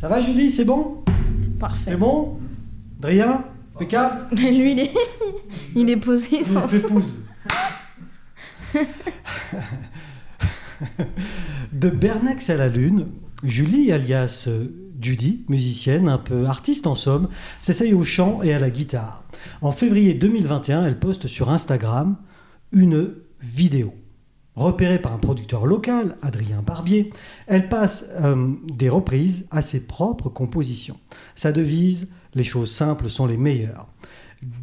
Ça va, Julie C'est bon Parfait. C'est bon Dria Impeccable Mais lui, il est, il est posé, il s'en Une pépouze. De Bernax à la Lune, Julie, alias euh, Judy, musicienne, un peu artiste en somme, s'essaye au chant et à la guitare. En février 2021, elle poste sur Instagram une vidéo. Repérée par un producteur local, Adrien Barbier, elle passe euh, des reprises à ses propres compositions. Sa devise, les choses simples sont les meilleures.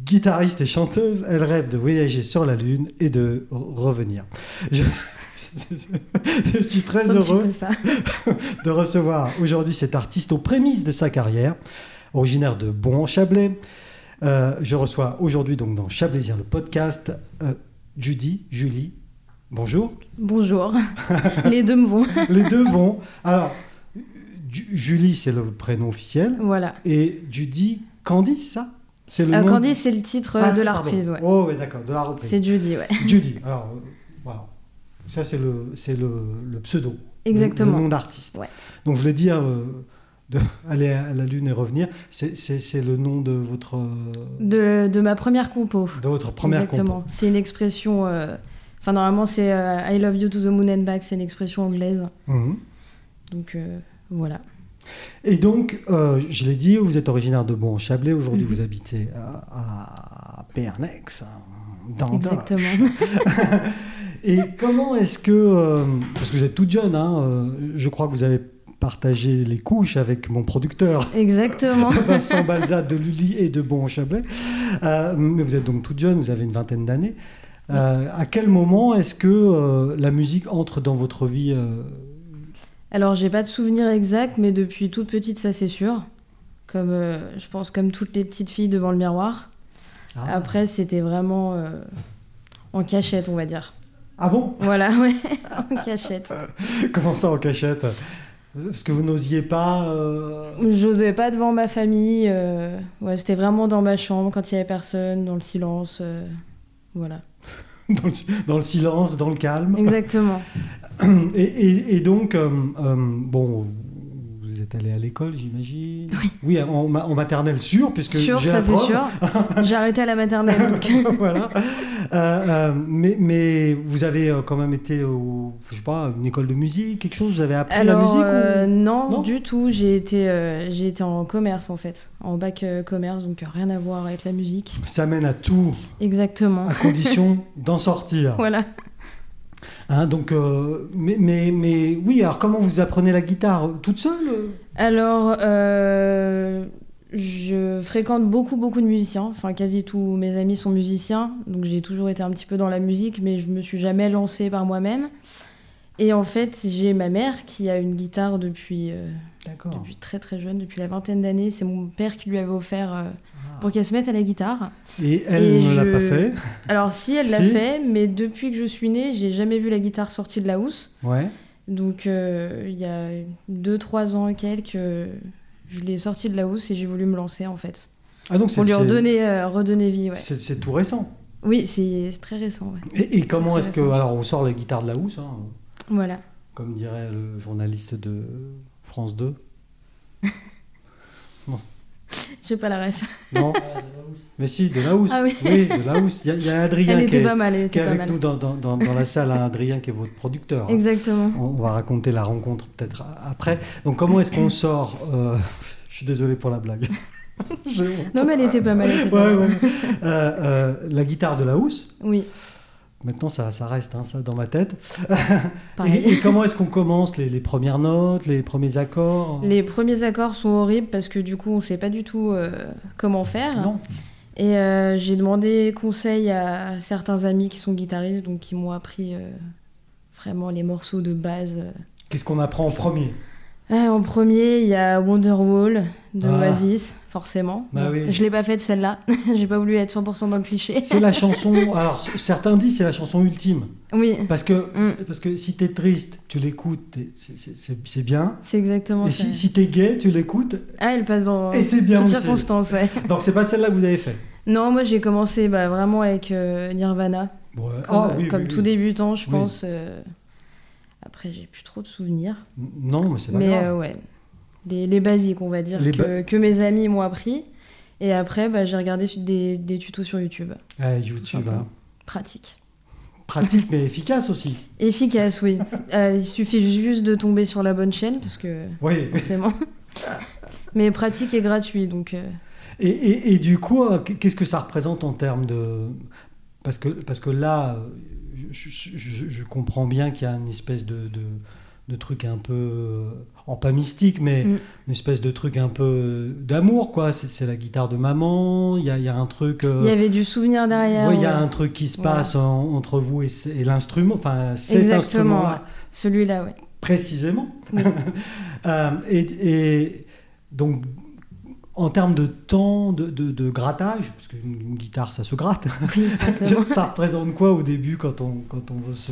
Guitariste et chanteuse, elle rêve de voyager sur la Lune et de re- revenir. Je, je suis très un petit heureux peu ça. de recevoir aujourd'hui cet artiste aux prémices de sa carrière, originaire de Bon-en-Chablais. Euh, je reçois aujourd'hui donc dans Chablaisien le podcast euh, Judy, Julie. Bonjour. Bonjour. Les deux me vont. Les deux vont. Alors, Ju- Julie, c'est le prénom officiel. Voilà. Et Judy, Candice, ça C'est le Euh, nom Candice, c'est le titre euh, Ah, de c'est- la pardon. reprise, ouais. Oh, ouais, d'accord, de la reprise. C'est Judy, ouais. Judy. Alors, euh, voilà. Ça, c'est le, c'est le, le pseudo. Exactement. Le nom d'artiste. Ouais. Donc, je l'ai dit, euh, de aller à la Lune et revenir, c'est, c'est, c'est le nom de votre, euh, De, de ma première compo. de votre première Mm. Exactement. compo. C'est une expression. euh, Enfin, normalement, c'est euh, I love you to the moon and back. C'est une expression anglaise. Mhm. Donc, euh, voilà. Et donc, euh, je l'ai dit, vous êtes originaire de Bon-en-Chablais. Aujourd'hui, Mhm. vous habitez à, à Pernex, hein, dans Doche. Exactement. Et comment est-ce que, euh, parce que vous êtes toute jeune, hein, euh, je crois que vous avez partagé les couches avec mon producteur Exactement. Vincent Balza de Lully et de Bon-en-Chablais, Euh, mais vous êtes donc toute jeune, vous avez une vingtaine d'années. Euh, à quel moment est-ce que euh, la musique entre dans votre vie euh, Alors, j'ai pas de souvenir exact, mais depuis toute petite, ça c'est sûr. Comme, euh, je pense, comme toutes les petites filles devant le miroir. ah. Après, c'était vraiment euh, en cachette, on va dire. Ah bon Voilà, ouais, en cachette. Comment ça en cachette Parce que vous n'osiez pas euh, J'osais pas devant ma famille. euh, ouais, c'était vraiment dans ma chambre, quand il y avait personne, dans le silence. euh, voilà. dans, le, dans le silence, dans le calme Exactement. Et, et- et donc, euh, euh, bon, vous êtes allé à l'école, j'imagine Oui. en, ma- en maternelle sûre, puisque sûr, j'ai ça la c'est preuve. sûr. J'ai arrêté à la maternelle. donc. voilà. Euh, euh, mais, mais vous avez euh, quand même été, au, je sais pas, une école de musique, quelque chose Vous avez appris Alors, la musique ou- euh, non, Non du tout. J'ai été, euh, j'ai été en commerce en fait, en bac euh, commerce, donc euh, rien à voir avec la musique. Ça mène à tout, Exactement. à condition d'en sortir. Voilà. Hein, donc, euh, mais, mais, mais oui, alors comment vous apprenez la guitare Toute seule Alors, euh, je fréquente beaucoup, beaucoup de musiciens. Enfin, quasi tous mes amis sont musiciens. Donc, j'ai toujours été un petit peu dans la musique, mais je me suis jamais lancée par moi-même. Et en fait, j'ai ma mère qui a une guitare depuis, euh, D'accord. depuis très, très jeune, depuis la vingtaine d'années. C'est mon père qui lui avait offert euh, Ah. pour qu'elle se mette à la guitare. Et elle Et ne l'a je- pas fait. Alors, si, elle l'a Si. fait, mais depuis que je suis née, j'ai jamais vu la guitare sortie de la housse. Ouais. Donc euh, il y a 2-3 ans et quelques, euh, je l'ai sorti de la hausse et j'ai voulu me lancer en fait. Ah, donc c'est- Pour lui c'est- redonner, euh, redonner vie, ouais. c'est- c'est tout récent. Oui, c'est c'est très récent, ouais. Et, et comment est-ce que. Intéressant. Alors, on sort la guitare de la housse, hein, Voilà. comme dirait le journaliste de France 2. J'ai pas la ref. Non Mais si, de la housse. Ah oui. de la housse. Il y a- il y, a Adrien Elle qui était est, pas mal, elle qui est était pas avec mal. nous dans, dans- dans- dans la salle, hein, Adrien qui est votre producteur. hein. Exactement. On, on va raconter la rencontre peut-être a- après. Donc, comment est-ce qu'on sort euh, Je suis désolé pour la blague. J'ai honte. Non mais elle était pas mal. elle était pas Ouais, mal. ouais. Euh, euh, la guitare de la housse. Oui, Maintenant, ça, ça reste hein, ça dans ma tête. pareil. Et, et comment est-ce qu'on commence les, les premières notes, les premiers accords Les premiers accords sont horribles parce que du coup on sait pas du tout euh, comment faire. Non. Et euh, j'ai demandé conseil à certains amis qui sont guitaristes, donc qui m'ont appris euh, vraiment les morceaux de base. euh, Qu'est-ce qu'on apprend en premier Ah, en premier, il y a Wonderwall de Ah. Oasis, forcément. Bah Bon, oui. Je l'ai pas faite celle-là. J'ai pas voulu être 100% dans le cliché. C'est la chanson. Alors, c- certains disent c'est la chanson ultime. Oui, Parce que, Mm. c'est- parce que si t'es triste, tu l'écoutes, t'es- c'est- c'est c'est- c'est bien. c'est exactement Et ça. si, si t'es gay, tu l'écoutes, Ah, elle passe dans et c'est bien toutes aussi. circonstances, ouais. Donc, c'est pas celle-là que vous avez fait. Non, moi j'ai commencé bah, vraiment avec euh, Nirvana, Bon, euh, comme, ah, oui, comme oui, tout oui. débutant, je Oui. pense. euh, Après, j'ai plus trop de souvenirs. Non, mais c'est pas Mais grave. euh, ouais. les, les basiques, on va dire, Les ba- que, que mes amis m'ont appris. Et après, bah, j'ai regardé su- des, des tutos sur YouTube. Ah, YouTube, hein. Pratique. pratique mais efficace aussi. Efficace, oui. Euh, il suffit juste de tomber sur la bonne chaîne, parce que Oui. forcément. Mais pratique et gratuit, donc euh, Et, et- et du coup, euh, qu'est-ce que ça représente en termes de... Parce que, parce que là, euh, je, je- je- je comprends bien qu'il y a une espèce de, de, de truc un peu... euh, En pas mystique, mais Mm. une espèce de truc un peu euh, d'amour, quoi. C'est c'est la guitare de maman, il y a, il y a un truc... euh, il y avait du souvenir derrière. euh, ouais, il y a ouais. un truc qui se Voilà. passe en- entre vous et, c- et l'instrument, enfin cet Exactement, instrument-là, ouais. celui-là, ouais. précisément. Oui. Euh, et, et donc, en termes de temps de, de- de grattage, parce qu'une une guitare, ça se gratte, Oui, forcément. ça représente quoi au début quand on, quand on veut se...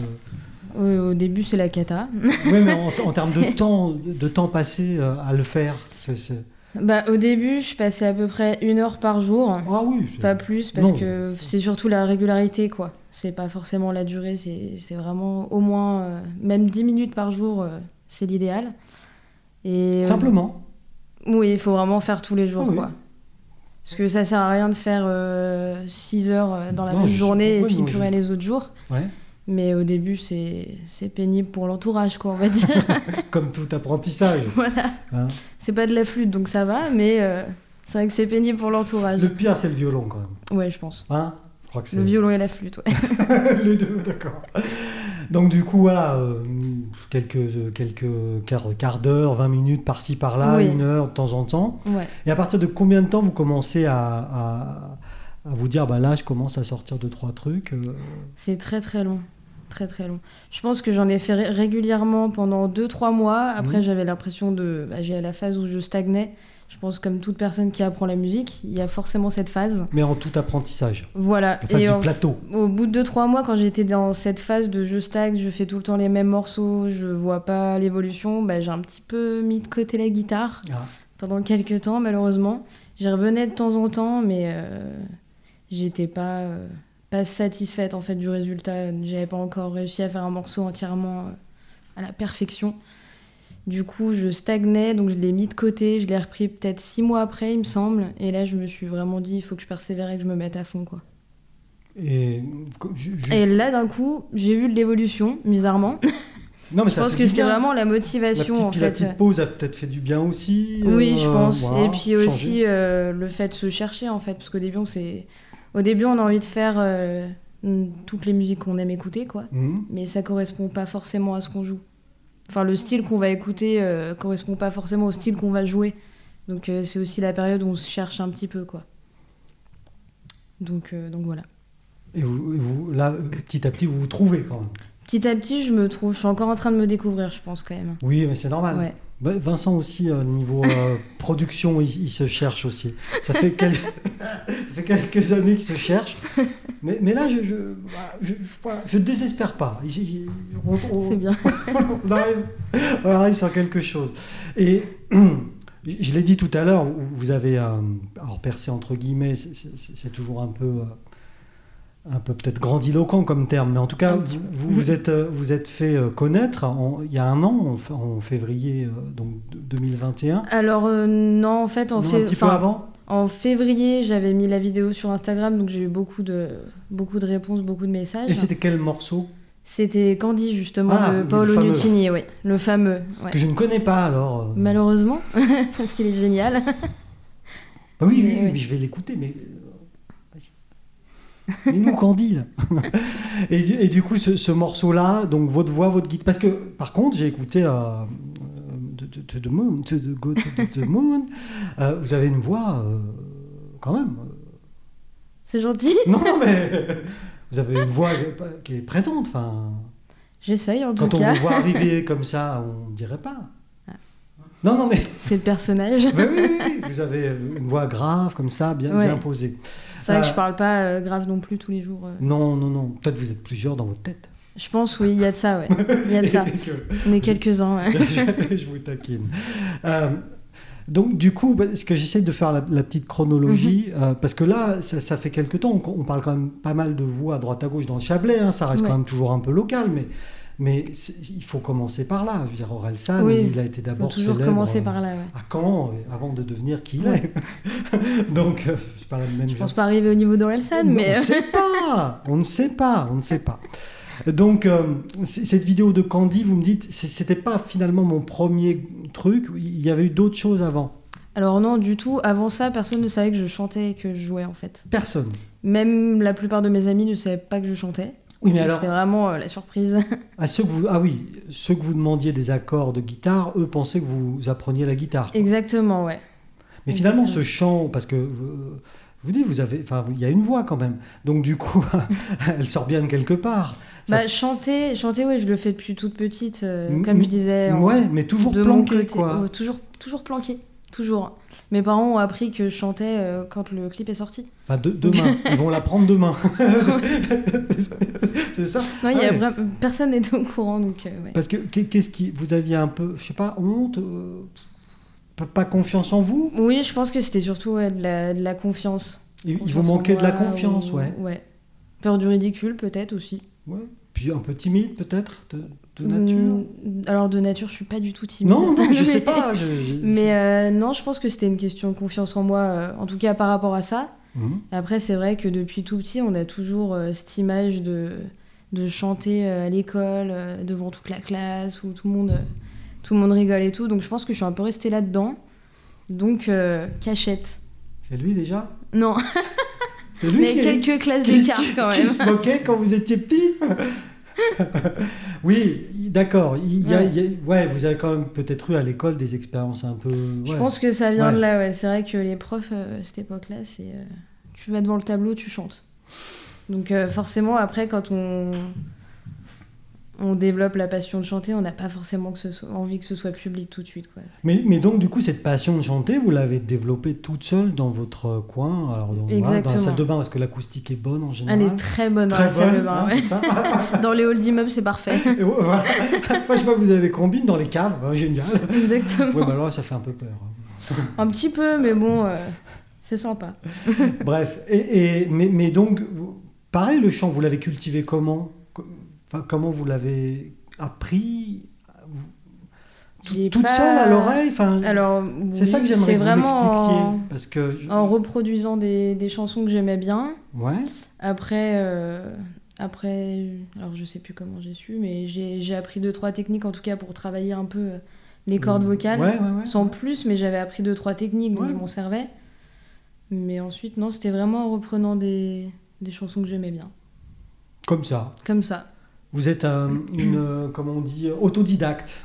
Oui, Au début, c'est la cata. Oui, mais en, en termes de temps, de temps passé euh, à le faire, c'est... c'est- Bah, au début, je passais à peu près une heure par jour, Ah oui, c'est- pas plus, parce Non. que c'est surtout la régularité, quoi. C'est pas forcément la durée, c'est c'est vraiment au moins, euh, même 10 minutes par jour, euh, c'est l'idéal. Et euh, simplement. oui, il faut vraiment faire tous les jours, Ah oui. quoi. Parce que ça sert à rien de faire 6 heures euh, dans la Non, même je- journée et ouais, puis non, plus je- rien les autres jours. Ouais. Mais au début, c'est c'est pénible pour l'entourage, quoi, on va dire. Comme tout apprentissage. voilà. hein. C'est pas de la flûte, donc ça va, mais euh, c'est vrai que c'est pénible pour l'entourage. Le pire, c'est le violon, quand même. Ouais, je pense. Hein je crois que c'est... Le violon et la flûte, ouais. Les deux, d'accord. Donc du coup, voilà, euh, quelques, euh, quelques quarts quart d'heure, 20 minutes par-ci, par-là, Oui. une heure de temps en temps. ouais. Et à partir de combien de temps vous commencez à, à- à vous dire, bah là, je commence à sortir deux, trois trucs euh, C'est très très long. Très très long. Je pense que j'en ai fait ré- régulièrement pendant 2-3 mois. Après, Mhm. j'avais l'impression de. bah, J'ai à la phase où je stagnais. Je pense, comme toute personne qui apprend la musique, il y a forcément cette phase. Mais en tout apprentissage, Voilà. la phase du en- plateau. au bout de 2-3 mois, quand j'étais dans cette phase de je stagne, je fais tout le temps les mêmes morceaux, je vois pas l'évolution, bah, j'ai un petit peu mis de côté la guitare. Ah. pendant quelques temps, malheureusement. J'y revenais de temps en temps, mais euh, j'étais pas, euh, pas satisfaite en fait du résultat. J'avais pas encore réussi à faire un morceau entièrement euh, à la perfection. Du coup, je stagnais, donc je l'ai mis de côté. Je l'ai repris peut-être six mois après, il me semble. Et là, je me suis vraiment dit, il faut que je persévère et que je me mette à fond, quoi. Et, co- ju- ju- Et là, d'un coup, j'ai vu de l'évolution, bizarrement. non, mais Je pense que c'était vraiment la la motivation, petite, en puis la fait. petite pause a peut-être fait du bien aussi. Oui, euh, je pense. voilà, et puis changer. aussi euh, le fait de se chercher en fait, parce qu'au début on s'est- au début on a envie de faire euh, mm, toutes les musiques qu'on aime écouter quoi, Mhm. mais ça correspond pas forcément à ce qu'on joue. Enfin le style qu'on va écouter euh, correspond pas forcément au style qu'on va jouer, donc euh, c'est aussi la période où on se cherche un petit peu quoi. Donc euh, donc voilà. Et vous, et vous- là, euh, petit à petit, vous vous trouvez quand même. Petit à petit je me trouve, je suis encore en train de me découvrir je pense quand même. Oui, mais c'est normal. Ouais. Bah, Vincent aussi, euh, niveau euh, production, il, il se cherche aussi. Ça fait, quel- ça fait quelques années qu'il se cherche. Mais, mais là, je je, bah, je, voilà, je ne désespère pas. Il- il- on, on- C'est bien. on arrive, on arrive sur quelque chose. Et je l'ai dit tout à l'heure, vous avez euh, alors percé entre guillemets, c'est- c'est c'est toujours un peu euh, un peu peut-être grandiloquent comme terme, mais en tout cas Un vous petit vous vous êtes euh, vous êtes fait euh, connaître en- il y a un an, en, f- en février euh, donc de- 2021, Alors euh, non en fait on Non, fait un petit peu enfin, avant. En février, j'avais mis la vidéo sur Instagram, donc j'ai eu beaucoup de, beaucoup de réponses, beaucoup de messages. Et c'était quel morceau C'était Candy, justement, Ah, de le Paolo fameux. Nutini, ouais, le fameux. ouais. que je ne connais pas alors euh, Malheureusement, parce qu'il est génial. Bah oui, oui, Mais oui, oui. mais je vais l'écouter, mais. euh, Mais nous, Candy, là. et, du, et du coup, ce, ce morceau-là, donc votre voix, votre guide. Parce que, par contre, j'ai écouté. euh, To- to- to the moon, to the- go to the- the moon. Euh, vous avez une voix, euh, quand même. C'est gentil. Non, mais vous avez une voix qui est- qui est présente. Enfin, J'essaye, en tout quand on cas. Ah. vous voit arriver comme ça, on dirait pas. Non, non, mais C'est le personnage. bah oui, oui, oui, vous avez une voix grave comme ça, bien, Ouais. bien posée. C'est vrai que Euh, je parle pas euh, grave non plus tous les jours. euh. Non, non, non. Peut-être vous êtes plusieurs dans votre tête. Je pense, oui, il y a de ça, ouais. Il y a de ça. Et que- On est quelques-uns, ouais. je, je vous taquine. Euh, donc, du coup, bah, ce que j'essaie de faire la, la petite chronologie, Mhm. euh, parce que là, ça, ça fait quelque temps, on, on parle quand même pas mal de voix à droite à gauche dans le Chablais, hein, ça reste Ouais. quand même toujours un peu local, mais, Mais c'est- il faut commencer par là. Je veux dire, Aurel San, Oui, il a été Faut d'abord toujours célèbre commencer par là. ouais. à Caen euh, avant de devenir qui il Ouais. est. Donc, euh, c'est pas la même Je chose. pense pas arriver au niveau d'Orelsan, Non, mais On ne sait pas, on ne sait pas, on ne sait pas. Donc, euh, c- cette vidéo de Candy, vous me dites, c- c'était pas finalement mon premier truc, il y avait eu d'autres choses avant. alors non, du tout. Avant ça, personne ne savait que je chantais et que je jouais en fait. Personne. Même la plupart de mes amis ne savaient pas que je chantais. Oui, mais Donc, alors, C'était vraiment euh, la surprise. à ceux que vous, ah oui, ceux que vous demandiez des accords de guitare, eux pensaient que vous appreniez la guitare. Exactement, ouais. Mais finalement, ce chant, parce que euh, je vous dis, vous avez, enfin, il y a une voix quand même. Donc du coup, elle sort bien de quelque part. Ça Bah, se- chanter, chanter, ouais, je le fais depuis toute petite, euh, Mm, comme mm, je disais. en- Ouais, mais toujours de mon planqué, côté. quoi. Ouais, toujours, toujours planqué, toujours. Mes parents ont appris que je chantais euh, quand le clip est sorti. Enfin, de- demain, ils vont l'apprendre demain. C'est ça. Non, il y Ah a ouais. vra- personne n'était au courant, donc euh, ouais. Parce que qu'est- qu'est-ce qui, vous aviez un peu, je sais pas, honte, euh, pas, pas confiance en vous. Oui, je pense que c'était surtout ouais, de, la, de la confiance. Il, il vous Confiance en manquait de la moi, confiance, ou- ouais. Peur du ridicule, peut-être aussi. ouais. Puis un peu timide peut-être de, de nature. Mm, Alors, de nature, je suis pas du tout timide. Non, non, je Mais- sais pas. je- je- Mais euh, non, je pense que c'était une question de confiance en moi, euh, en tout cas par rapport à ça. Mhm. Après, c'est vrai que depuis tout petit, on a toujours euh, cette image de, de chanter euh, à l'école, euh, devant toute la classe, où tout le, monde, euh, tout le monde rigole et tout. Donc je pense que je suis un peu restée là-dedans. Donc, euh, cachette. C'est lui déjà. Non, C'est lui mais qui est- quelques classes qui- d'écart qui- quand Qui même. se moquait quand vous étiez petit Oui, d'accord. Il y a- Ouais. il y a- ouais, vous avez quand même peut-être eu à l'école des expériences un peu. Je ouais. pense que ça vient Ouais. de là, ouais. C'est vrai que les profs, euh, à cette époque-là, c'est... euh, tu vas devant le tableau, tu chantes. Donc euh, forcément, après, quand on... On développe la passion de chanter, on n'a pas forcément que ce soit- envie que ce soit public tout de suite. Quoi. Mais, mais donc, du coup, cette passion de chanter, vous l'avez développée toute seule dans votre coin, alors dans, voilà, dans la Exactement. salle de bain, parce que l'acoustique est bonne en général. Elle est très bonne dans la salle de bain. hein, ouais. c'est ça. Dans les halls d'immeubles, c'est parfait. Et ouais, voilà. Moi, je vois que vous avez des combines dans les caves, hein, génial. Exactement. Ouais, bah alors là, ça fait un peu peur. hein. Un petit peu, mais bon, euh, c'est sympa. Bref, et, et- mais, mais donc, vous- pareil, le chant, vous l'avez cultivé comment Co- enfin, Comment vous l'avez appris Tout- J'ai Toute pas- seule à l'oreille enfin, Alors, C'est ça que oui, j'aimerais c'est que vous vraiment m'expliquiez. en, Parce que. je- en reproduisant des, des chansons que j'aimais bien. Ouais. Après, euh, après, alors je sais plus comment j'ai su, mais j'ai j'ai appris deux trois techniques en tout cas pour travailler un peu euh, les cordes vocales. Mmh. Ouais, ouais, ouais. Sans plus, mais j'avais appris deux trois techniques, donc Ouais. je m'en servais. Mais ensuite, non, c'était vraiment en reprenant des, des chansons que j'aimais bien, Comme ça. comme ça. Vous êtes euh, une, euh, comment on dit, euh, autodidacte.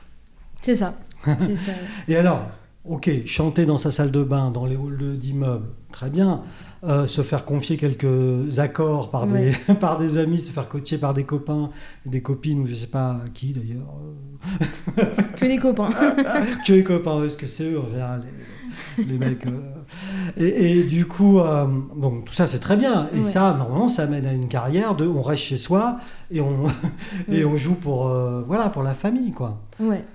C'est ça. C'est ça. Et alors, ok, chanter dans sa salle de bain, dans les halls de- d'immeubles, très bien. Euh, se faire confier quelques accords par, des, par des amis, se faire coacher par des copains et des copines, ou je sais pas qui d'ailleurs. Que des copains. Euh, que les copains, parce que c'est eux en général, les, les mecs. euh. Et, et du coup, euh, bon, tout ça c'est très bien. Et Ouais. ça, normalement, ça mène à une carrière de on reste chez soi et on, et Ouais. on joue pour, euh, voilà, pour la famille, quoi. Ouais.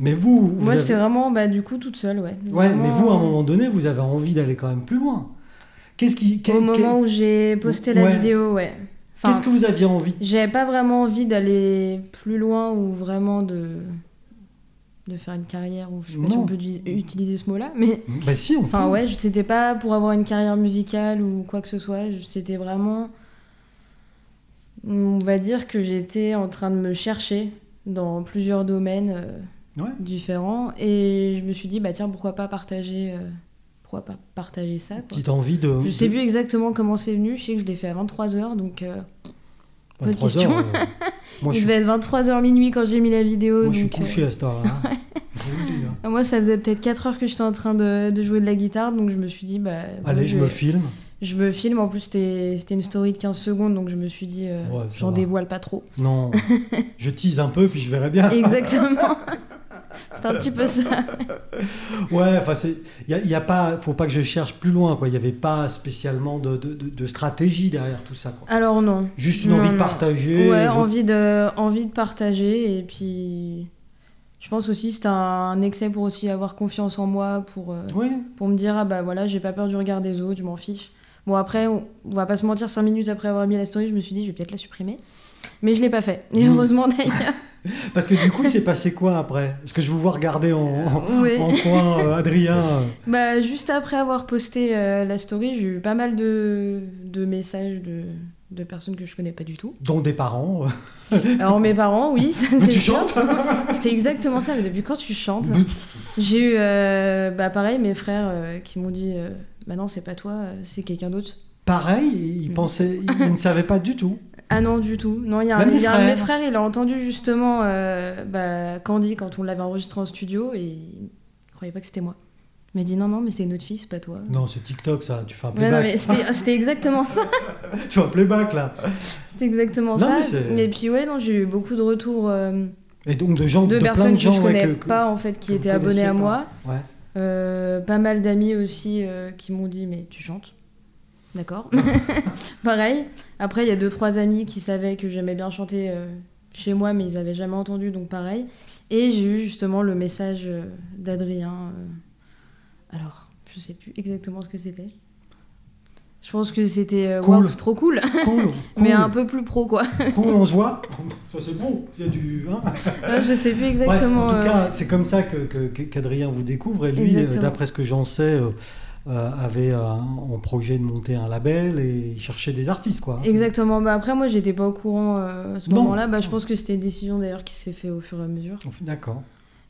Mais vous, vous Moi, avez- c'était vraiment, bah, du coup, toute seule, ouais. Ouais, mais Vraiment, euh, vous, à un moment donné, vous avez envie d'aller quand même plus loin. Qu'est-ce qui, qu'est- Au moment qu'est- où j'ai posté la Ouais. vidéo, ouais. Enfin, qu'est-ce que vous aviez envie j'avais pas vraiment envie d'aller plus loin ou vraiment de de faire une carrière ou je sais pas si Non. on peut di- utiliser ce mot-là mais Bah si, on peut. enfin ouais je- c'était pas pour avoir une carrière musicale ou quoi que ce soit je- c'était vraiment on va dire que j'étais en train de me chercher dans plusieurs domaines euh, Ouais. différents et je me suis dit bah tiens pourquoi pas partager euh, pourquoi pas partager ça quoi. Petite envie de. Bah, je sais plus exactement comment c'est venu je sais que je l'ai fait à 23h donc euh, de- 23 question. heures, euh, moi, je il suis, devait être 23h minuit quand j'ai mis la vidéo moi, je suis donc, euh, couché à cette heure-là. hein. Je vous le dis, hein. euh, moi ça faisait peut-être 4 heures que j'étais en train de, de jouer de la guitare donc je me suis dit bah Allez, bon, je vais- me filme. je me filme en plus c'était c'était une story de 15 secondes donc je me suis dit euh, Ouais, ça j'en va. dévoile pas trop Non, je tease un peu, puis je verrai bien. exactement c'est un petit peu ça Ouais, enfin, c'est. Il y a, y a pas. Faut pas que je cherche plus loin, quoi. Il n'y avait pas spécialement de, de- de- de stratégie derrière tout ça, quoi. alors non Juste une Non, envie de non. partager. ouais, je- envie, de, envie de partager. Et puis, je pense aussi que c'est un excès pour aussi avoir confiance en moi, pour, euh, Ouais. pour me dire, ah bah voilà, j'ai pas peur du regard des autres, je m'en fiche. Bon, après, on, on va pas se mentir, 5 minutes après avoir mis la story, je me suis dit, je vais peut-être la supprimer. Mais je l'ai pas fait. Et Mm. heureusement d'ailleurs. Parce que du coup, il s'est passé quoi après Parce que je vous vois regarder en, en, Ouais. en coin, euh, Adrien. euh, Bah, juste après avoir posté euh, la story, j'ai eu pas mal de, de messages de, de personnes que je connais pas du tout. dont des parents. Alors mes parents, oui. ça, Mais c'est tu sûr. chantes Mmh. C'était exactement ça, mais depuis quand tu chantes Mais- J'ai eu, euh, bah pareil, mes frères euh, qui m'ont dit, euh, bah non, c'est pas toi, euh, c'est quelqu'un d'autre. Pareil, il Mm. pensait, il, il ne savait pas du tout. Ah non, du tout. Non, il y a, un, Même les il y a un de mes frères. frères, il a entendu justement euh, bah, Candy quand on l'avait enregistré en studio et il croyait pas que c'était moi. Il m'a dit non, non, mais c'est notre fille, c'est pas toi. Non, c'est TikTok ça, tu fais un Ouais, non, playback. mais c'était ah, c'était exactement ça. Tu fais un playback là. C'était exactement Non, mais ça. c'est- Et puis, ouais, non, j'ai eu beaucoup de retours euh, Et donc de gens, de, de, plein personnes de gens que je ouais, connais que- pas, en fait, qui que vous étaient abonnées à connaissiez moi. pas. Ouais. Euh, pas mal d'amis aussi euh, qui m'ont dit, mais tu chantes. D'accord. Pareil. Après, il y a deux, trois amis qui savaient que j'aimais bien chanter euh, chez moi, mais ils avaient jamais entendu, donc pareil. Et j'ai eu justement le message euh, d'Adrien. euh, alors, je sais plus exactement ce que c'était. Je pense que c'était euh, Cool. Wow, c'est trop cool, Cool, cool, mais un peu plus pro, quoi. cool, on se voit. Ça c'est bon, il y a du. hein. je sais plus Bref, exactement. en tout euh, cas, c'est comme ça que, que- que- qu'Adrien vous découvre. Et lui, euh, Exactement. d'après ce que j'en sais, euh, euh, avait euh, en projet de monter un label et il cherchait des artistes, quoi. Exactement. Bah après, moi, j'étais pas au courant euh, à ce Non. moment-là. Bah, je pense que c'était une décision d'ailleurs qui s'est faite au fur et à mesure. D'accord.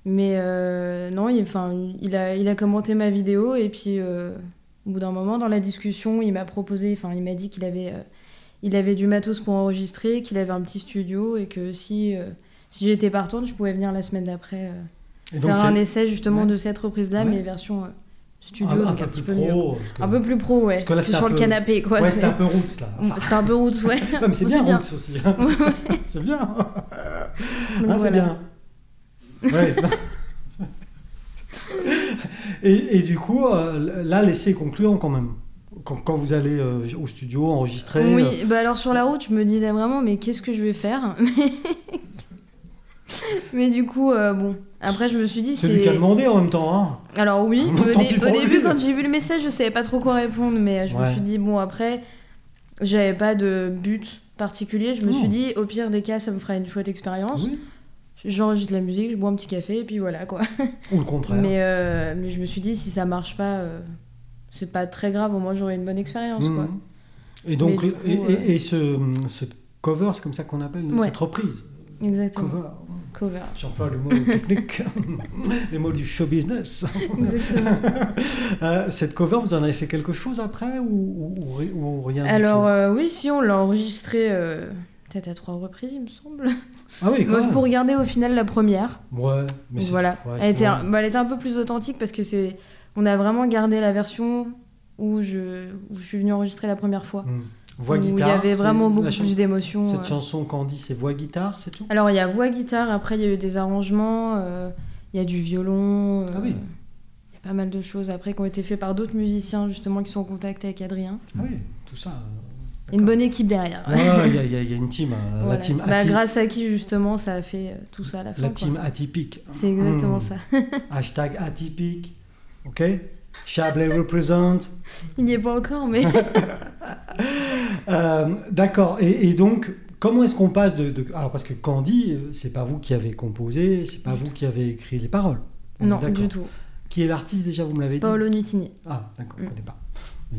Mais euh, non, il, enfin, il, a, il a commenté ma vidéo et puis euh, au bout d'un moment, dans la discussion, il m'a proposé, enfin, il m'a dit qu'il avait, euh, il avait du matos pour enregistrer, qu'il avait un petit studio et que si, euh, si j'étais partante, je pouvais venir la semaine d'après euh, Et donc faire un c'est essai justement Ouais. de cette reprise-là, Ouais. mais version euh, studio, un, un donc peu un petit plus peu pro. mieux. quoi. parce que- Un peu plus pro, ouais. Parce que là, Je suis c'était sur un le peu- canapé, quoi. ouais, C'est- c'était un peu roots là. Enfin, C'était un peu roots, ouais. ouais, mais c'est c'est bien, bien. roots aussi. hein. Ouais, ouais. c'est bien. hein, Donc, Ah, c'est voilà. bien. Ouais. et, et du coup, euh, là, l'essai est concluant quand même. Quand, quand vous allez euh, au studio enregistrer. euh, Oui, bah alors sur la route, je me disais vraiment, mais qu'est-ce que je vais faire Mais du coup, euh, bon. Après, je me suis dit, C'est lui qui a c'est. demandé en même temps. Hein. Alors oui, Bon, au, tant dé- pis au pour début, lui. quand j'ai vu le message, je savais pas trop quoi répondre, mais je Ouais. me suis dit, bon, après, j'avais pas de but particulier. Je me Non. suis dit, au pire des cas, ça me fera une chouette expérience. Oui. J'enregistre la musique, je bois un petit café, et puis voilà quoi. Ou le contraire. Mais, euh, mais je me suis dit, si ça marche pas, euh, c'est pas très grave, au moins j'aurai une bonne expérience Mhm. quoi. Et donc, Mais du coup, et, et- euh, et ce, ce cover, c'est comme ça qu'on appelle Ouais. cette reprise. Exactement. Cover. Cover. J'emploie le mot technique, les mots du show business. Exactement. Euh, cette cover, vous en avez fait quelque chose après ou, ou- ou ri- ou rien du Alors tout euh, oui, si on l'a enregistré euh, peut-être à trois reprises, il me semble. Ah oui, quand Moi, même. pour regarder au final la première. Ouais, mais Donc c'est- voilà. ouais, c'est elle, était, vrai. un- bah, elle était un peu plus authentique parce que c'est, on a vraiment gardé la version où je, où je suis venue enregistrer la première fois. Hmm. Voix où il y guitare. avait c'est vraiment la beaucoup chan- plus d'émotions. Cette euh. chanson Candy, c'est voix guitare, c'est tout Alors il y a voix guitare, après il y a eu des arrangements, euh, il y a du violon. euh, Ah oui. Il y a pas mal de choses après qui ont été faites par d'autres musiciens justement qui sont en contact avec Adrien. Ah oui, tout ça. Il y a Mm. une bonne équipe derrière. Ouais, ouais, Il y, a- il y a- il y a une team, euh, la Voilà. team, Bah, aty- grâce à qui justement ça a fait euh, tout ça à la fin. la quoi. team atypique. C'est exactement Hmm. ça. Hashtag atypique. OK Chablais represent. Il n'y est pas encore, mais Euh, D'accord. Et, et donc, comment est-ce qu'on passe de, de- Alors, parce que Candy, euh, c'est pas vous qui avez composé, c'est pas vous qui avez écrit les paroles. On est non, d'accord. du tout. Qui est l'artiste déjà Vous me l'avez dit Paolo Nutini, Ah, d'accord, je Mm. connais pas. Mais,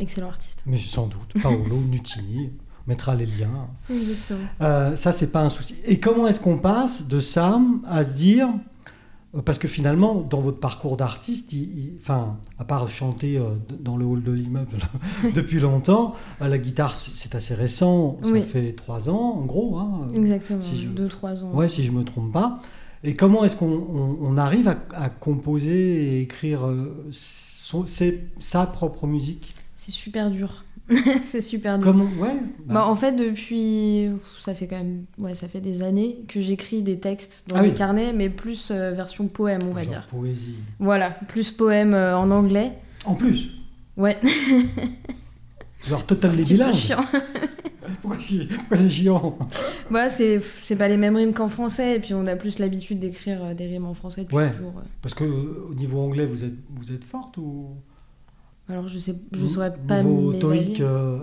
excellent artiste. mais sans doute. Paolo Nutini. On mettra les liens. Exactement. Euh, ça, c'est pas un souci. Et comment est-ce qu'on passe de ça à se dire. euh, Parce que finalement, dans votre parcours d'artiste, il- il- enfin, à part chanter euh, d- dans le hall de l'immeuble depuis longtemps, euh, la guitare, c'est- c'est assez récent. Ça Oui. fait trois ans, en gros. hein. Exactement. Si je- Deux, trois ans. Ouais, si je me trompe pas. Et comment est-ce qu'on on- on arrive à, à composer et écrire euh, son- ses- sa propre musique C'est super dur. c'est super dur. Comment Ouais. Hum. Bah, en fait, depuis, Ouf, ça fait quand même, ouais, ça fait des années que j'écris des textes dans Ah les oui. carnets, mais plus euh, version poème, on va genre dire. Poésie. Voilà, plus poème euh, en anglais. En plus, Ouais. genre total un les petit peu bilingues. chiant. Pourquoi je- pourquoi c'est chiant Ouais, Bah, c'est, c'est pas les mêmes rimes qu'en français, et puis on a plus l'habitude d'écrire euh, des rimes en français depuis Ouais. toujours. euh. Parce que euh, au niveau anglais, vous êtes vous êtes forte ou Alors, je sais, je saurais pas. Niveau m'évaluer. TOEIC, euh,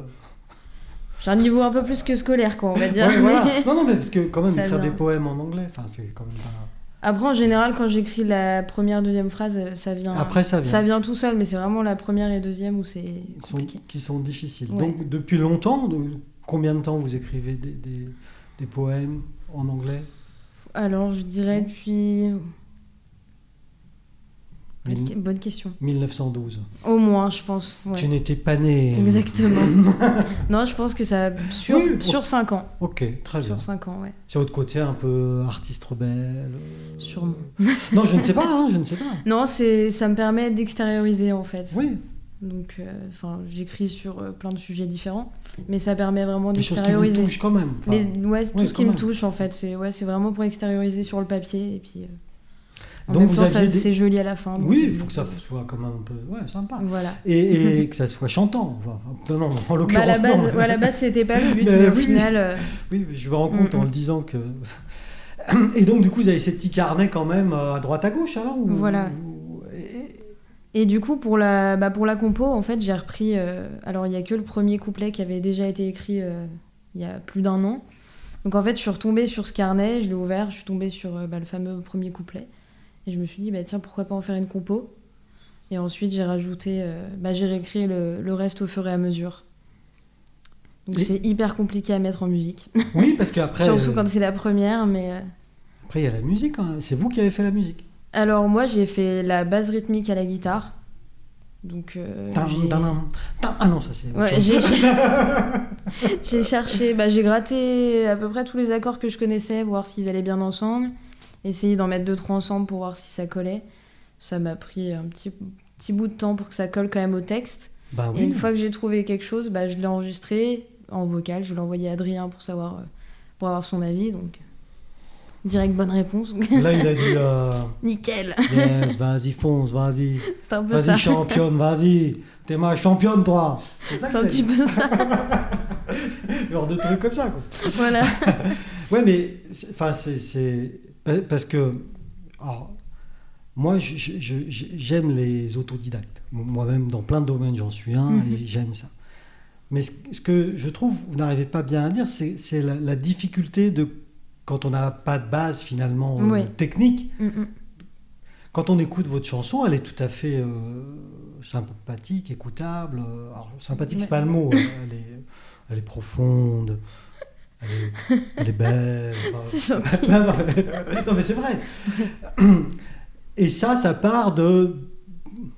J'ai un niveau un peu plus que scolaire, quoi, on va dire. ouais, voilà. Mais- Non, non, mais parce que quand même, Ça écrire vient. des poèmes en anglais, enfin, c'est quand même pas- Après, en général, quand j'écris la première, deuxième phrase, euh, ça vient. Après, ça vient. Ça vient tout seul, mais c'est vraiment la première et deuxième où c'est Qui sont, compliqué. qui sont difficiles. Ouais. Donc, depuis longtemps, de- combien de temps vous écrivez des, des- des poèmes en anglais Alors, je dirais depuis. Mille- Bonne question. 1912. Au moins, je pense. ouais. Tu n'étais pas né. Exactement. non, je pense que ça. Sur, Oui, bon. sur 5 ans. Ok, très bien. Sur 5 ans, ouais. C'est votre côté un peu artiste rebelle euh, Sûrement. Non, je ne sais pas, hein, je ne sais pas. Non, c'est- ça me permet d'extérioriser, en fait. Oui, Donc, euh, enfin, j'écris sur euh, plein de sujets différents, mais ça permet vraiment des choses qui vous d'extérioriser. touchent quand même. Enfin, Les- ouais, tout oui, ce quand qui me même. touche en fait, c'est ouais, c'est vraiment pour extérioriser sur le papier et puis. euh, en Donc même vous temps, ça- aviez des- c'est joli à la fin. donc, Oui, euh, il faut que ça soit quand même un peu ouais, sympa. Voilà. Et, et que ça soit chantant. Enfin, non, non, en Bah, à la l'occurrence, base, non. ouais, à la base, c'était pas le but, Mais mais, au Ben oui. final, euh, Oui, mais je me rends compte Mm, en mm. le disant que. Et donc, du coup, vous avez ces petits carnets quand même euh, à droite à gauche, alors ou- Voilà. ou- et- Et du coup, pour la, bah, pour la compo, en fait, j'ai repris. euh, alors, il y a que le premier couplet qui avait déjà été écrit euh, il y a plus d'un an. Donc, en fait, je suis retombée sur ce carnet, je l'ai ouvert, je suis tombée sur euh, bah, le fameux premier couplet. Et je me suis dit, bah, tiens, pourquoi pas en faire une compo Et ensuite, j'ai rajouté, euh, bah, j'ai réécrit le, le reste au fur et à mesure. Donc, Et- c'est hyper compliqué à mettre en musique. Oui, parce qu'après, Surtout euh, quand c'est la première, mais. euh, après, il y a la musique quand même. C'est vous qui avez fait la musique. Alors, moi, j'ai fait la base rythmique à la guitare. Donc. euh, Tam, j'ai- tam, tam. Ah non, ça c'est. autre Ouais, chose. j'ai j'ai cherché, bah, j'ai gratté à peu près tous les accords que je connaissais, voir s'ils allaient bien ensemble, essayer d'en mettre deux trois ensemble pour voir si ça collait. Ça m'a pris un petit petit bout de temps pour que ça colle quand même au texte. Bah oui. Et une fois que j'ai trouvé quelque chose, bah, je l'ai enregistré en vocal, je l'ai envoyé à Adrien pour savoir euh, pour avoir son avis donc direct bonne réponse. Là, il a dit euh, Nickel. Yes, vas-y, fonce, vas-y. C'est un peu ça. Vas-y, championne, vas-y. T'es ma championne, toi. ça C'est que un t'as petit dit. peu ça. Genre de trucs comme ça, quoi. voilà. Ouais, mais c'est- enfin, c'est- c'est pa- parce que alors, moi, je- je- je- je- j'aime les autodidactes. Mo- Moi-même, dans plein de domaines, j'en suis un Mhm. et j'aime ça. Mais ce, ce que je trouve, vous n'arrivez pas bien à dire, c'est c'est la, la difficulté de quand on n'a pas de base finalement euh, Ouais. technique. Mm, mm. Quand on écoute votre chanson, elle est tout à fait euh, sympathique, écoutable. Euh, Alors, sympathique, c'est Ouais. pas le mot. hein, Elle est, elle est profonde. Elle est, elle est belle. enfin, C'est gentil. non, non, mais, non, mais c'est vrai. Et ça, ça part de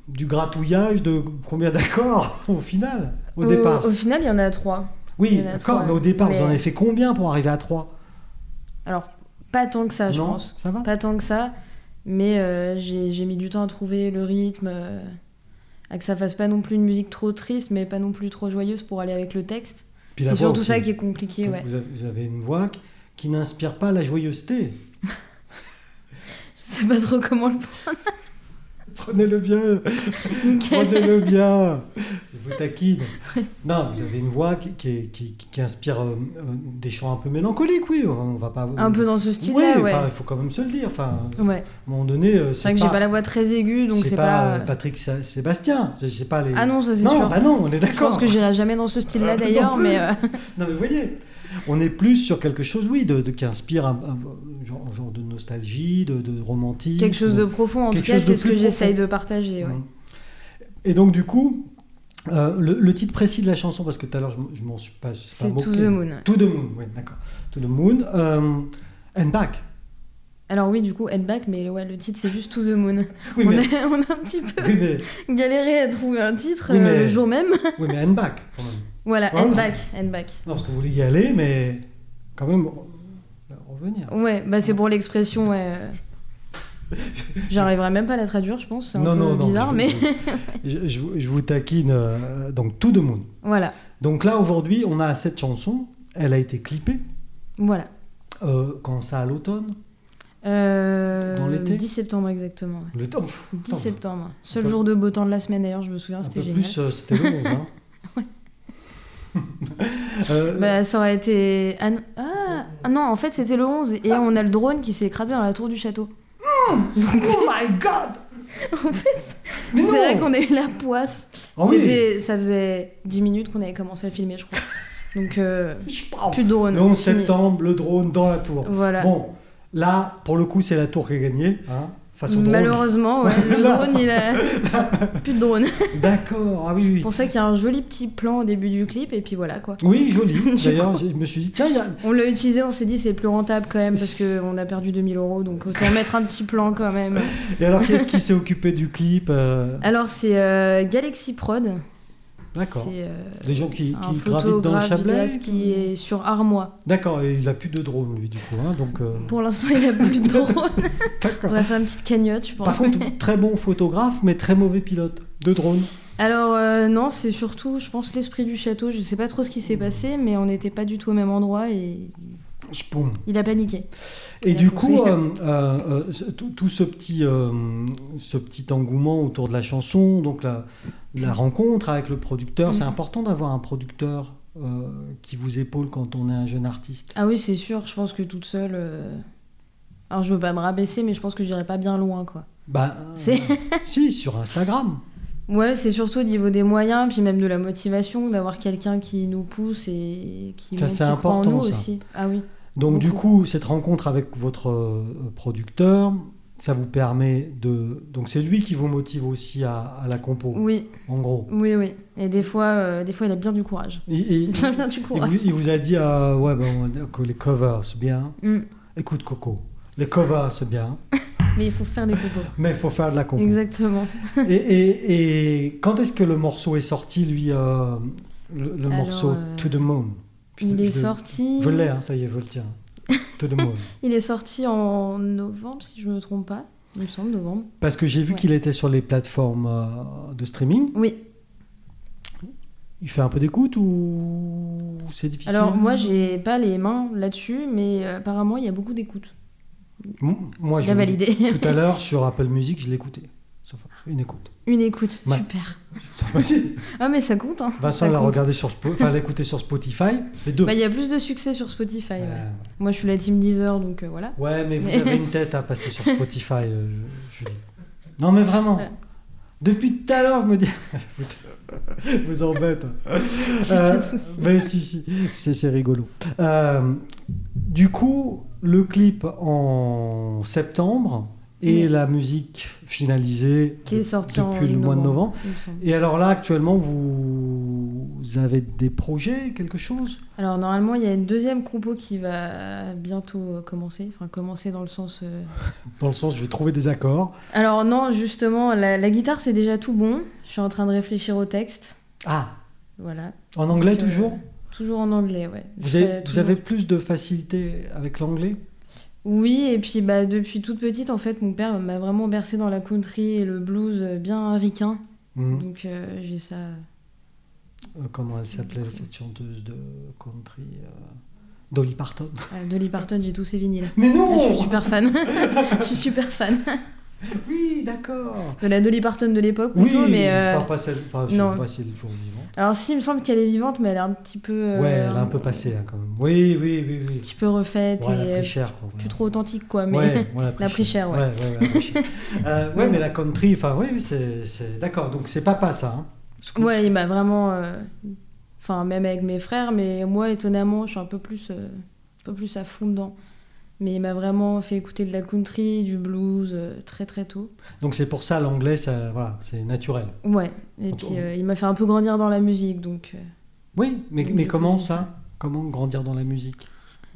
du gratouillage de combien d'accords au final, au, départ. au final, il y en a trois. il y oui, en a d'accord, trois, mais au départ, mais- vous en avez fait combien pour arriver à 3 Alors, pas tant que ça, je pense. ça va Pas tant que ça, mais euh, j'ai j'ai mis du temps à trouver le rythme, euh, à que ça fasse pas non plus une musique trop triste, mais pas non plus trop joyeuse pour aller avec le texte. Puis la C'est voix surtout aussi. ça qui est compliqué, Que ouais. vous, avez, vous avez une voix qui- qui n'inspire pas la joyeuseté. Je sais pas trop comment le Prenez-le bien, Nickel. prenez-le bien. Je vous taquine. Non, vous avez une voix qui, qui, qui- qui inspire euh, euh, des chants un peu mélancoliques, oui. On va pas. Un peu dans ce Oui, style-là, ouais. enfin, il faut quand même se le dire. Enfin, ouais. À un moment donné, euh, C'est vrai c'est que j'ai pas, pas la voix très aiguë, donc c'est c'est pas, pas. euh, Patrick Sa- Sébastien. Je sais pas les. Ah non, ça c'est non, sûr. bah non, on est Je d'accord. pense que j'irai jamais dans ce Ah, style-là non d'ailleurs, plus. mais euh, Non, mais voyez, on est plus sur quelque chose, oui, de, de- qui inspire un, un genre, un genre de nostalgie, de, de romantisme. quelque chose de profond en tout Quelque cas, chose de c'est ce que plus j'essaye profond. de partager. ouais. Mm. Et donc du coup, euh, le, le titre précis de la chanson, parce que tout à l'heure je, m- je m'en suis pas, je sais pas C'est To moqué. the Moon. ouais. To the Moon, oui, d'accord. To the Moon euh, and Back. Alors oui, du coup, Head Back, mais ouais, le titre c'est juste To the Moon. Oui, on, mais, a, on a un petit peu oui, mais, galéré à trouver un titre Oui, euh, mais- le jour même. oui, mais and Back quand même. Voilà, Voilà. and back, and back. Non, parce que vous voulez y aller, mais quand même euh, revenir. Ouais, bah c'est pour l'expression, ouais. euh, J'arriverai même pas à la traduire, je pense. C'est un peu bizarre, je- mais Je, je vous- je vous taquine, euh, donc tout de monde. voilà. Donc là, aujourd'hui, on a cette chanson. Elle a été clippée Voilà. euh, quand ça à l'automne. Euh, Dans l'été 10 septembre exactement. ouais. Le temps. pff, 10 attends, septembre. Seul Peu- jour de beau temps de la semaine d'ailleurs, je me souviens, Un Oh, c'était peu génial. plus, euh, c'était le 11. Hein. Euh, Oh, Bah, ça aurait été. Ah, n- ah, ah non, en fait c'était le 11 et on a le drone qui s'est écrasé dans la tour du château. Oh my god En fait, Mais c'est non vrai qu'on a eu la poisse. Ah oui. C'était- Ça faisait 10 minutes qu'on avait commencé à filmer, je crois. Donc, euh, plus de drone. Le 11 fini. septembre, le drone dans la tour. Voilà. Bon, là, pour le coup, c'est la tour qui a gagné. Hein, face au drone. Malheureusement, ouais, le Là. drone, il a plus de drone. D'accord, ah oui, oui. C'est pour ça qu'il y a un joli petit plan au début du clip, et puis voilà quoi. Oui, joli. Du D'ailleurs, je je me suis dit, tiens, il y a- On l'a utilisé, on s'est dit c'est le plus rentable quand même parce qu'on a perdu 2000 euros donc autant mettre un petit plan quand même. et alors, qu'est-ce qui s'est occupé du clip euh, Alors c'est euh, Galaxy Prod. D'accord. C'est euh, Les gens qui, un qui gravitent dans le photographe Chablais vidéaste qui est sur Armois. D'accord, et il a plus de drone, lui, du coup. hein, donc, euh, Pour l'instant il a plus de drone. on d'accord. va faire une petite cagnotte je pense. Par contre, très bon photographe, mais très mauvais pilote de drone. Alors euh, non c'est surtout je pense l'esprit du château. Je sais pas trop ce qui s'est passé mais on n'était pas du tout au même endroit et Spoum. il a paniqué. Et Il a du foncé. coup, euh, euh, euh, ce- tout, tout ce petit, euh, ce petit engouement autour de la chanson, donc la, la rencontre avec le producteur, c'est Mhm. important d'avoir un producteur euh, qui vous épaule quand on est un jeune artiste. Ah oui c'est sûr je pense que toute seule. euh, Alors je veux pas me rabaisser mais je pense que j'irai pas bien loin quoi. Bah, C'est- euh, si, sur Instagram. Ouais, c'est surtout au niveau des moyens, puis même de la motivation, d'avoir quelqu'un qui nous pousse et qui, Ça, qui c'est croit en important, nous ça. aussi. Ah oui. Donc du Beaucoup. coup, cette rencontre avec votre euh, producteur, ça vous permet de... Donc c'est lui qui vous motive aussi à, à la compo, Oui, en gros. oui, oui. Et des fois, euh, des fois, il a bien du courage. Et- et- Bien, bien du il, courage. vous, il vous a dit, euh, ouais, ben, que les covers, c'est bien. Mm. Écoute Coco, les covers, c'est bien, Mais il faut faire des compos. mais il faut faire de la compo. Exactement. Et, et- et quand est-ce que le morceau est sorti, lui, euh, le, le Alors, morceau euh, To the Moon Il est je- sorti. Je l'ai, hein, ça y est, je le tiens. To the Moon. Il est sorti en novembre, si je me trompe pas. Il me semble novembre. Parce que j'ai vu Ouais. qu'il était sur les plateformes euh, de streaming. Oui. Il fait un peu d'écoute ou c'est difficile Alors moi, j'ai pas les mains là-dessus, mais euh, apparemment, il y a beaucoup d'écoutes. M- moi, Il Ah, je a vous- validé. Tout à l'heure, sur Apple Music, je l'écoutais. Ça fait Une écoute. Une écoute. Ouais. Super. C'est pas possible. Ah mais ça compte. Hein. Vincent Ça l'a compte. regardé sur, Spo- enfin, l'a écouté sur Spotify. Les deux. Bah, il y a plus de succès sur Spotify. ouais. Euh, Moi, je suis la team Deezer, donc euh, voilà. ouais, mais vous Mais- avez une tête à passer sur Spotify, euh, je, je dis. Non, mais vraiment. Ouais. Depuis tout à l'heure, je me dis. je vous embête. J'ai Euh, pas de soucis. Mais si, si, c'est c'est rigolo. Euh, du coup, le clip en septembre et Oui. la musique finalisée Qui est sorti en depuis le mois de novembre. il me semble. Et alors là, actuellement, vous avez des projets, quelque chose Alors, normalement, il y a une deuxième compo qui va bientôt euh, commencer. Enfin, commencer dans le sens. euh, Dans le sens, je vais trouver des accords. Alors, non, justement, la, la guitare, c'est déjà tout bon. Je suis en train de réfléchir au texte. Ah, Voilà. en anglais Donc, euh, toujours Toujours en anglais, ouais. vous Je avez, fais vous toujours- avez plus de facilité avec l'anglais Oui, et puis bah, depuis toute petite, en fait, mon père m'a vraiment bercé dans la country et le blues euh, bien ricain. Hmm. Donc, euh, j'ai ça. Euh, Comment elle s'appelait, cette chanteuse de country euh, Dolly Parton. Euh, Dolly Parton, j'ai tous ses vinyles. Mais Ah, je non suis super fan. je suis super fan. Oui, d'accord. De la Dolly Parton de l'époque Oui, plutôt, mais... euh, pas, pas celle- enfin, je non. sais pas si elle est toujours vivante. Alors si, il me semble qu'elle est vivante, mais elle est un petit peu... euh, ouais, elle a un peu passé hein, quand même. Oui, oui, oui, oui. Un petit peu refaite Ouais, elle et a euh, pris cher. Quoi, plus voilà. trop authentique, quoi. Mais... Ouais, ouais, elle a pris, elle a pris cher, ouais. ouais, elle a pris cher. Euh, ouais, mais la country, enfin, oui, oui, c'est, c'est- d'accord. Donc c'est papa ça. hein. Scoot. ouais, il m'a vraiment... euh, Enfin, même avec mes frères, mais moi, étonnamment, je suis un peu plus, euh, un peu plus à fond dedans. Mais il m'a vraiment fait écouter de la country, du blues, euh, très très tôt. Donc c'est pour ça l'anglais, ça, voilà, c'est naturel. Ouais, et Attends. puis euh, il m'a fait un peu grandir dans la musique, donc... euh, Oui, mais, Donc, mais du coup, comment c'est ça Comment grandir dans la musique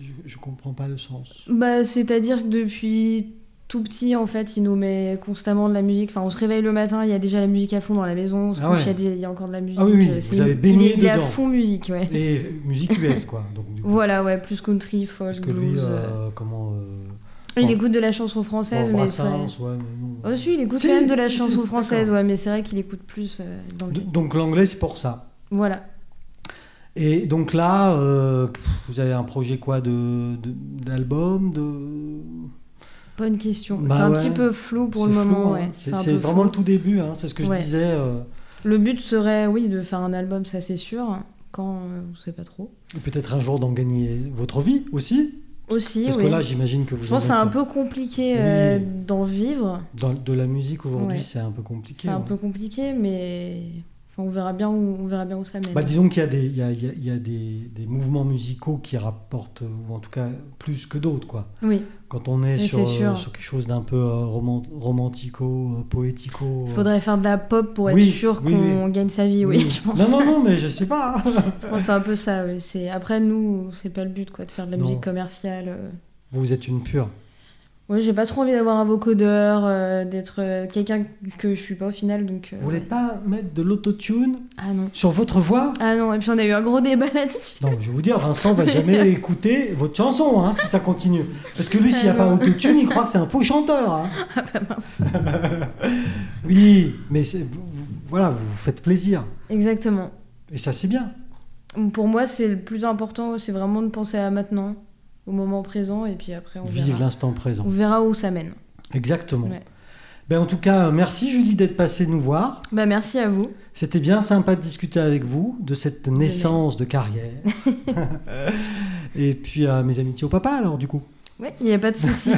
je, je comprends pas le sens. Bah, c'est-à-dire que depuis tout petit, en fait, il nous met constamment de la musique. Enfin, on se réveille le matin, il y a déjà la musique à fond dans la maison. On se Ah ouais. couche, il y a des- il y, a encore de la musique. Ah oui, oui, euh, vous c'est- avez il baigné est- il est à dedans. fond musique, ouais. Et musique US quoi. Donc du coup, Voilà, ouais, plus country, folk, parce que blues. lui, euh. euh, comment euh, Il écoute de la chanson française, mais c'est vrai. Brassens, ouais, mais non. Oh, si, il écoute Si, quand même de la si, si, chanson d'accord. française, ouais, mais c'est vrai qu'il écoute plus euh, dans le... D- Donc l'anglais c'est pour ça. Voilà. Et donc là, euh, vous avez un projet quoi de de- d'album de, Bonne question. Bah c'est un ouais. petit peu flou pour C'est le flou, hein. moment, ouais. C'est un c'est peu vraiment le flou. tout début, hein, c'est ce que Ouais. je disais. euh, Le but serait, oui, de faire un album, ça c'est sûr. hein, Quand, euh, on sait pas trop. et Peut-être un jour d'en gagner votre vie aussi, Aussi, parce oui. que là, j'imagine que vous. Je pense que c'est en un êtes- peu compliqué euh, Oui. d'en vivre. dans- de la musique aujourd'hui, Ouais. c'est un peu compliqué. hein. C'est un ouais. peu compliqué, mais Enfin, on verra bien où, on verra bien où ça mène. Bah, disons qu'il y a, des, il y a- il y a- il y a des- des mouvements musicaux qui rapportent, ou en tout cas plus que d'autres. quoi. oui, Quand on est Mais sur, c'est sûr. euh, sur quelque chose d'un peu euh, roman- romantico, euh, poético. euh, faudrait faire de la pop pour être Oui, sûr oui, qu'on gagne sa vie, oui, oui. je pense. Non, non, non, mais je sais pas. hein. Je pense que c'est un peu ça. oui. C'est après nous, c'est pas le but quoi de faire de la Non. musique commerciale. euh. Vous êtes une pure. Ouais, j'ai pas trop envie d'avoir un vocodeur, euh, d'être euh, quelqu'un que je suis pas au final, donc. euh, Vous voulez ouais. pas mettre de l'autotune Ah non. sur votre voix Ah non. Et puis on a eu un gros débat là-dessus. Non, mais je vais vous dire, Vincent va jamais écouter votre chanson hein, si ça continue. Parce que lui, s'il n'y a pas Alors. autotune, il croit que c'est un faux chanteur. hein. Ah, mince. Oui, mais c'est- vous- vous- voilà, vous vous faites plaisir. Exactement. Et ça, c'est bien. Pour moi, c'est le plus important. C'est vraiment de penser à maintenant, au moment présent, et puis après on Vive verra. l'instant présent. On verra où ça mène. Exactement. Ouais. Ben, en tout cas, merci Julie d'être passée nous voir. Bah merci à vous. C'était bien sympa de discuter avec vous de cette naissance de carrière. Et puis, euh, mes amitiés au papa, alors, du coup. Ouais, il n'y a pas de souci.